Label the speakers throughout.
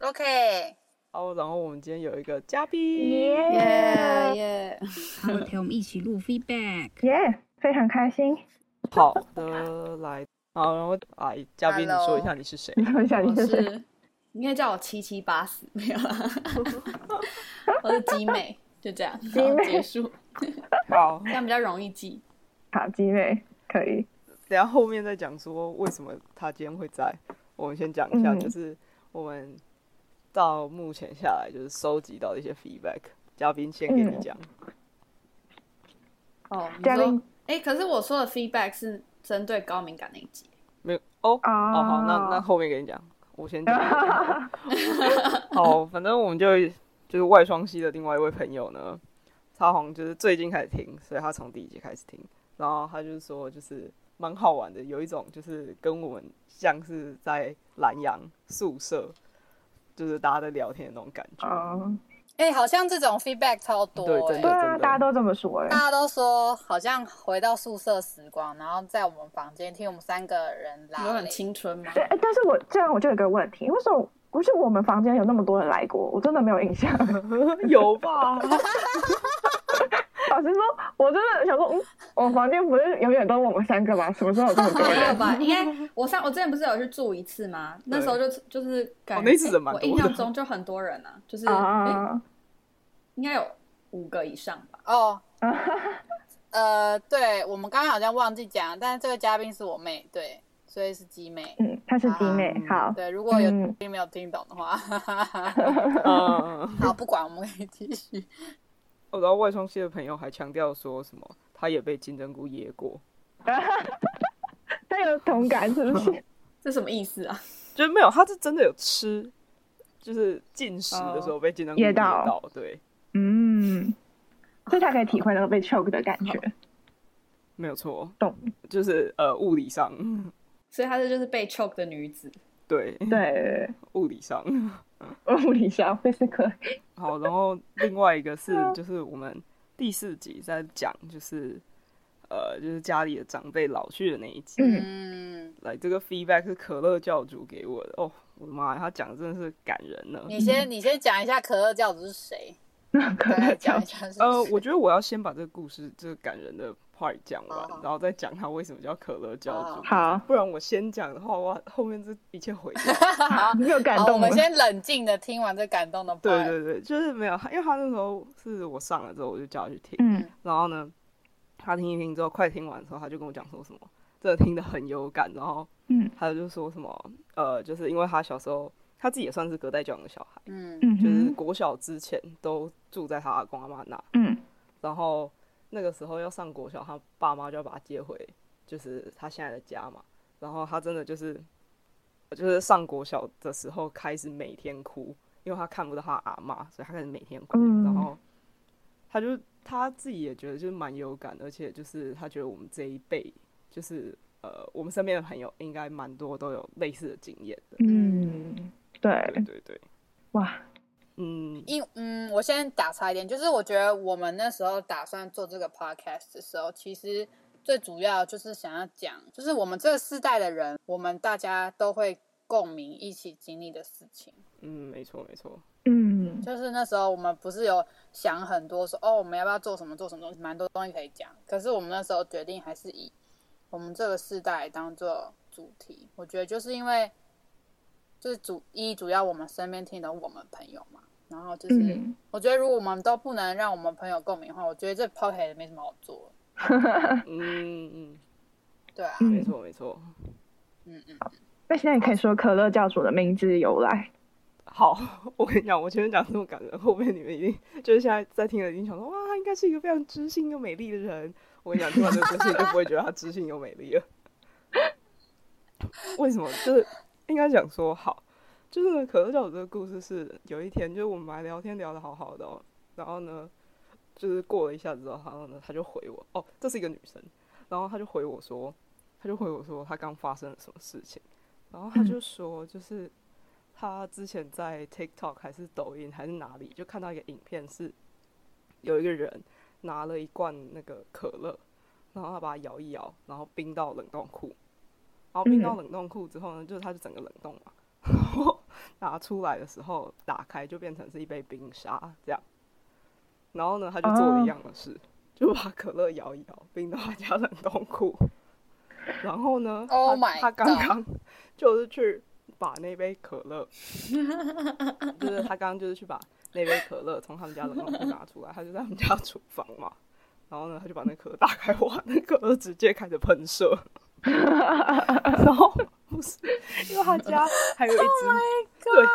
Speaker 1: OK，
Speaker 2: 好，然后我们今天有一个嘉宾，
Speaker 3: 耶
Speaker 2: 啊
Speaker 4: 耶
Speaker 3: 耶！
Speaker 4: 好，陪我们一起录 feedback。
Speaker 5: 耶，非常开心。
Speaker 2: 好的，来，好，然后哎，嘉宾，你说一下你是谁？
Speaker 5: 你们想你
Speaker 3: 我
Speaker 5: 是谁？
Speaker 3: 是，你可以叫我七七八四， 没 有啦。我是集美，就这样，然后
Speaker 5: 美
Speaker 3: 结束，
Speaker 2: 好，
Speaker 3: 这样比较容易记。
Speaker 5: 好，集美可以。
Speaker 2: 等一下后面再讲说为什么他今天会在。我们先讲一下，
Speaker 5: 嗯
Speaker 2: 就是我们到目前下来就是收集到的一些 feedback。嘉宾先给你
Speaker 5: 嗯
Speaker 2: 讲，
Speaker 3: 哦，你
Speaker 5: 嘉宾
Speaker 3: 说，哎，可是我说的 feedback 是针对高敏感那一集，
Speaker 2: 没有哦
Speaker 5: 哦，
Speaker 2: 哦，好，那那后面给你讲，我先讲。 好，反正我们就就是外双溪的另外一位朋友呢，他好像就是最近开始听，所以他从第一集开始听，然后他就是说就是蛮好玩的，有一种就是跟我们像是在南洋宿舍，就是大家在聊天的那种感觉。
Speaker 5: 哦，
Speaker 1: 哎、好像这种 feedback 超多、
Speaker 2: 对真
Speaker 1: 哎
Speaker 2: 的
Speaker 5: 对啊，大家都这么说哎
Speaker 1: 大。家都说好像回到宿舍时光，然后在我们房间听我们三个人
Speaker 3: 你说
Speaker 1: 拉
Speaker 3: 很
Speaker 1: 雷，
Speaker 3: 青春吗？
Speaker 5: 对，哎但是我这样我就有一个问题，为什么不是我们房间有那么多人来过？我真的没有印象。
Speaker 2: 有吧？
Speaker 5: 老实说，我真的想说，嗯，我们房间不是永远都我们三个吗？什么时候有这么多
Speaker 3: 啊没 有
Speaker 5: 人？
Speaker 3: 吧？应该我上我之前不是有去住一次吗？那时候就就是感
Speaker 2: 哦
Speaker 3: 觉
Speaker 2: 那一次
Speaker 3: 哎
Speaker 2: 人蛮
Speaker 3: 我
Speaker 2: 多
Speaker 3: 印
Speaker 2: 的
Speaker 3: 象中就很多人啊，就是哎
Speaker 5: 啊，
Speaker 3: 应该有五个以上吧。
Speaker 1: 哦
Speaker 5: 啊。
Speaker 1: 呃，对我们刚刚好像忘记讲，但是这个嘉宾是我妹，对，所以是鸡妹。
Speaker 5: 嗯，她是弟妹，
Speaker 2: 啊
Speaker 5: 好，
Speaker 1: 对，如果有
Speaker 5: 嗯
Speaker 1: 并没有听懂的话，
Speaker 2: 嗯。
Speaker 1: 好，不管，我们可以继续。
Speaker 2: 哦然后外双溪的朋友还强调说什么，他也被金针菇噎过，
Speaker 5: 她有同感是不 是？
Speaker 3: 这什么意思啊？
Speaker 2: 就是没有，他是真的有吃，就是进食的时候被金针菇
Speaker 5: 哦噎
Speaker 2: 噎
Speaker 5: 到
Speaker 2: 到，对，
Speaker 5: 嗯，所以她可以体会那个被 choke 的感觉。
Speaker 2: 没有错，
Speaker 5: 懂，
Speaker 2: 就是呃物理上，
Speaker 3: 所以她这就是被 choke 的女子。
Speaker 2: 对，
Speaker 5: 对，
Speaker 2: 物理上。
Speaker 5: 物理上 physical，
Speaker 2: 好，然后另外一个是
Speaker 5: 嗯
Speaker 2: 就是我们第四集在讲就是呃就是家里的长辈老去的那一集，
Speaker 5: 嗯
Speaker 1: 嗯，
Speaker 2: 来这个 feedback 是可乐教主给我的，哦，我的妈呀，他讲的真的是感人呢。
Speaker 1: 你先你先讲一下可乐教主是谁，
Speaker 5: 可
Speaker 1: 大概
Speaker 5: 乐
Speaker 1: 讲
Speaker 5: 教
Speaker 1: 一下是谁
Speaker 2: 呃，我觉得我要先把这个故事这个感人的 part 讲完
Speaker 1: 好好，
Speaker 2: 然后再讲他为什么叫可乐教
Speaker 1: 好
Speaker 2: 主。
Speaker 5: 好，
Speaker 2: 不然我先讲的话，哇，后面这一切毁 掉。
Speaker 5: 你有感
Speaker 1: 好，我
Speaker 5: 动吗
Speaker 1: 们？先冷静的听完这感动的 part。
Speaker 2: 对对对，就是没有，他因为他那时候是我上了之后，我就叫他去听，
Speaker 5: 嗯
Speaker 2: 然后呢，他听一听之后，快听完的时候，他就跟我讲说什么，真的听得很有感，然后
Speaker 5: 嗯
Speaker 2: 他就说什么，呃，就是因为他小时候他自己也算是隔代教养的小孩，
Speaker 1: 嗯，
Speaker 5: 嗯
Speaker 2: 就是
Speaker 5: 哼
Speaker 2: 国小之前都住在他阿公阿妈那，
Speaker 5: 嗯
Speaker 2: 然后那个时候要上国小，他爸妈就要把他接回，就是他现在的家嘛。然后他真的就是，就是上国小的时候开始每天哭，因为他看不到他阿妈，所以他开始每天哭。
Speaker 5: 嗯
Speaker 2: 然后他就他自己也觉得就是蛮有感，而且就是他觉得我们这一辈，就是呃，我们身边的朋友应该蛮多都有类似的经验的。
Speaker 5: 嗯，
Speaker 2: 对
Speaker 5: 对，
Speaker 2: 对对，
Speaker 5: 哇，
Speaker 2: 嗯，
Speaker 1: 因嗯，我先打岔一点，就是我觉得我们那时候打算做这个 podcast 的时候，其实最主要就是想要讲，就是我们这个世代的人，我们大家都会共鸣，一起经历的事情。
Speaker 2: 嗯，没错没错，
Speaker 5: 嗯
Speaker 1: 就是那时候我们不是有想很多说，哦，我们要不要做什么做什么东西，蛮多东西可以讲。可是我们那时候决定还是以我们这个世代当做主题。我觉得就是因为就是主一主要我们身边听的我们朋友嘛，然后就是、
Speaker 5: 嗯
Speaker 1: 我觉得如果我们都不能让我们朋友共鸣的话，我觉得这 p o c a s t 没什么好做。
Speaker 2: 嗯嗯，
Speaker 1: 对啊，
Speaker 2: 没
Speaker 5: 嗯，
Speaker 2: 错没错，
Speaker 1: 嗯嗯，
Speaker 5: 那现在你可以说可乐教主的名字由来。
Speaker 2: 好， 我跟你讲，我前面讲这么感人，后面你们一定就是现在在听的，已经想说，哇，他应该是一个非常知性又美丽的人。我跟你讲，听完这个故事，你就不会觉得他知性又美丽了。 为什么？就是应该讲说好，就是呢，可乐教主这个故事是有一天，就是我们还聊天聊得好好的、哦，然后呢，就是过了一下之后，然后呢，他就回我，哦，这是一个女生，然后他就回我说，他就回我说他刚发生了什么事情，然后他就说就是。他之前在 TikTok 还是抖音还是哪里，就看到一个影片是有一个人拿了一罐那个可乐，然后他把它摇一摇，然后冰到冷冻库，然后冰到冷冻库之后呢，就是他就整个冷冻嘛，然后拿出来的时候打开就变成是一杯冰沙这样。然后呢，他就做了一样的事，就把可乐摇一摇，冰到他家冷冻库。然后呢
Speaker 1: Oh
Speaker 2: 他
Speaker 1: my
Speaker 2: 他刚
Speaker 1: God
Speaker 2: 刚就是去把那杯可乐，就是他刚刚就是去把那杯可乐从他们家冷冻库拿出来，他就在他们家厨房嘛。然后呢，他就把那可乐打开，哇，那可乐直接开始喷射。 然后不是，因为他家还有一只
Speaker 1: ，Oh
Speaker 2: 对，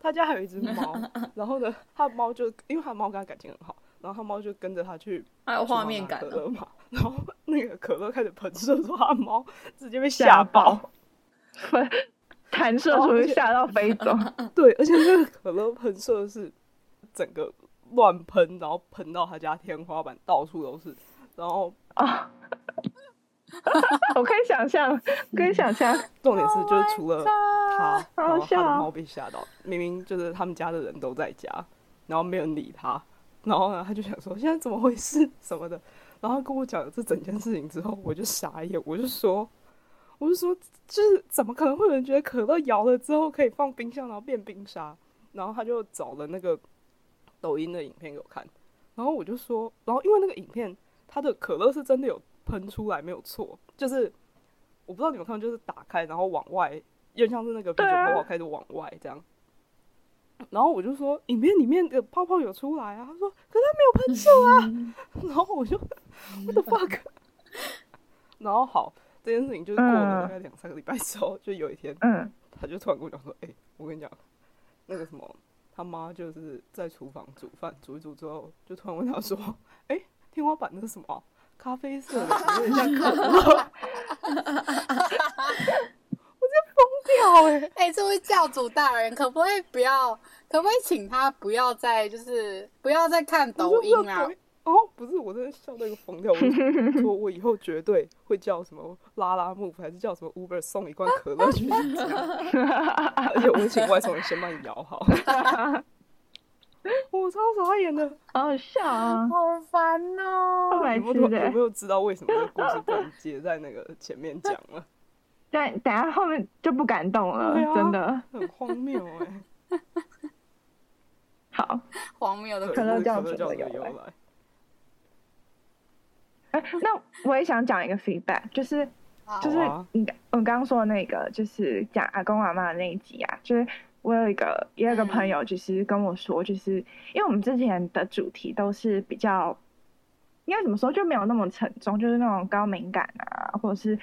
Speaker 2: 他家还有一只猫， 然后呢，他的猫就因为他的猫跟他感情很好，然后他猫就跟着他去
Speaker 3: 还有
Speaker 2: 厨
Speaker 3: 画
Speaker 2: 房
Speaker 3: 面
Speaker 2: 拿
Speaker 3: 感
Speaker 2: 可
Speaker 3: 哦、
Speaker 2: 乐嘛，然后 那个可乐开始喷射，说他的猫直接被
Speaker 5: 吓
Speaker 2: 吓
Speaker 5: 爆
Speaker 2: 爆。
Speaker 5: 弹射出去，吓到飞走。
Speaker 2: 对，而且那个可乐喷射是整个乱喷，然后喷到他家天花板，到处都是。然后
Speaker 5: 我可以想象，可以想象，
Speaker 2: 重点是，就是除
Speaker 3: Oh
Speaker 2: 了他，然
Speaker 5: 好
Speaker 2: 后他
Speaker 5: 笑
Speaker 2: 的猫被吓到，明明就是他们家的人都在家，然后没有人理他，然后呢，他就想说现在怎么回事什么的，然后他跟我讲了这整件事情之后，我就傻眼，我就说，我就说，就是怎么可能会有人觉得可乐摇了之后可以放冰箱然后变冰沙？然后他就找了那个抖音的影片给我看，然后我就说，然后因为那个影片它的可乐是真的有喷出来，没有错，就是我不知道你们看过，就是打开然后往外，有点像是那个啤酒
Speaker 5: 对啊
Speaker 2: 泡泡开始往外这样。然后我就说，影片里面的泡泡有出来啊，他说可它没有喷射啊，然后我就 what the fuck，然后好这件事情就是过了大概两三个礼拜之后，就有一天
Speaker 5: 嗯，
Speaker 2: 他就突然跟我讲说：“哎、我跟你讲，那个什么，他妈就是在厨房煮饭，煮一煮之后，就突然问他说：‘哎、天花板那是什么啊、咖啡色 的，有点像可乐。’我就疯掉 哎、
Speaker 1: 哎、这位教主大人，可不可以不要？可不可以请他不要再就是不要再看抖音啦、
Speaker 2: 啊！哦，不是，我真的笑到一个疯掉。我就说我以后绝对会叫什么拉拉木，还是叫什么 Uber 送一罐可乐去你家，而且我会请外送人先帮你摇好。我超傻眼的，
Speaker 5: 好好笑啊，
Speaker 1: 好烦哦、
Speaker 5: 好白
Speaker 2: 有没有
Speaker 5: 痴
Speaker 2: 突
Speaker 5: 的
Speaker 2: 有没。有知道为什么这个故事不能接在那个前面讲了？
Speaker 5: 但等下后面就不敢动了
Speaker 2: 对啊，
Speaker 5: 真的。
Speaker 2: 很荒谬哎、
Speaker 5: 好，
Speaker 1: 荒谬的
Speaker 2: 对
Speaker 5: 可
Speaker 2: 这
Speaker 5: 乐
Speaker 2: 是
Speaker 5: 教
Speaker 2: 可乐
Speaker 5: 主
Speaker 2: 教
Speaker 5: 的
Speaker 2: 主的
Speaker 5: 由
Speaker 2: 由
Speaker 5: 来
Speaker 2: 来。
Speaker 5: 那我也想讲一个 feedback，就是
Speaker 1: 好
Speaker 5: 就是
Speaker 2: 好啊
Speaker 5: 你刚我刚说的那个，就是讲阿公阿妈的那一集啊，就是我有一个也有一个朋
Speaker 1: 嗯
Speaker 5: 友，就是跟我说，就是因为我们之前的主题都是比较，应该怎么说就没有那么沉重，就是那种高敏感啊，或者是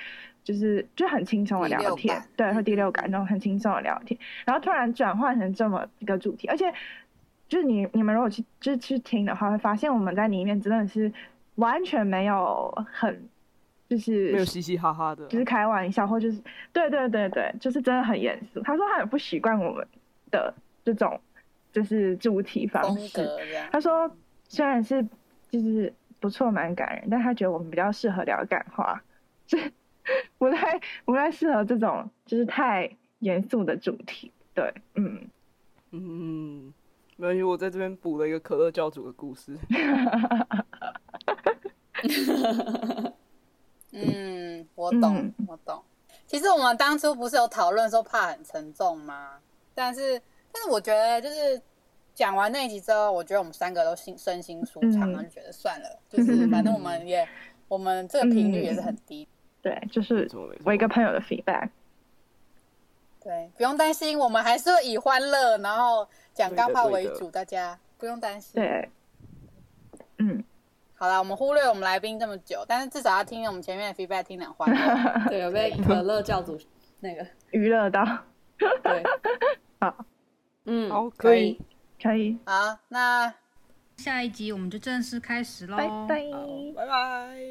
Speaker 5: 就是就很轻松的
Speaker 1: 第
Speaker 5: 聊
Speaker 1: 六
Speaker 5: 天
Speaker 1: 感，嗯
Speaker 5: 对，和第六感那种很轻松的聊天，然后突然转换成这么一个主题，而且就是你你们如果去就是去听的话，会发现我们在里面真的是完全没有很。就是
Speaker 2: 没有嘻嘻哈哈的，啊
Speaker 5: 就是开玩笑，或就是对对对对，就是真的很严肃。他说他很不习惯我们的这种就是主题方
Speaker 1: 风
Speaker 5: 式。
Speaker 1: 格这样，
Speaker 5: 他说虽然是就是不错，蛮感人，但他觉得我们比较适合聊感话，就 不太不太适合这种就是太严肃的主题。对，嗯，
Speaker 2: 嗯，没关系，我在这边补了一个可乐教主的故 事。
Speaker 1: 嗯，我懂，
Speaker 5: 嗯
Speaker 1: 我懂。其实我们当初不是有讨论说怕很沉重吗？但是，但是我觉得就是讲完那一集之后，我觉得我们三个都心身心舒畅，
Speaker 5: 嗯
Speaker 1: 然后就觉得算了，就是反正我们也我们这个频率也是很低，
Speaker 5: 对，就是
Speaker 2: 没错没错
Speaker 5: 我一个朋友的 feedback。
Speaker 1: 对，不用担心，我们还是会以欢乐然后讲干话为
Speaker 2: 对的对
Speaker 1: 主，大家不用担心。
Speaker 5: 对，嗯，
Speaker 1: 好啦，我们忽略我们来宾这么久，但是至少要听我们前面的 feedback 听两欢乐。
Speaker 3: 对，有被可乐教主那个，
Speaker 5: 娱乐到
Speaker 3: 对，
Speaker 5: 好，
Speaker 3: 嗯，
Speaker 2: 好，
Speaker 3: 可
Speaker 2: 可以，
Speaker 5: 可以，
Speaker 1: 好，那
Speaker 4: 下一集我们就正式开始喽，
Speaker 5: 拜拜。
Speaker 2: 拜拜。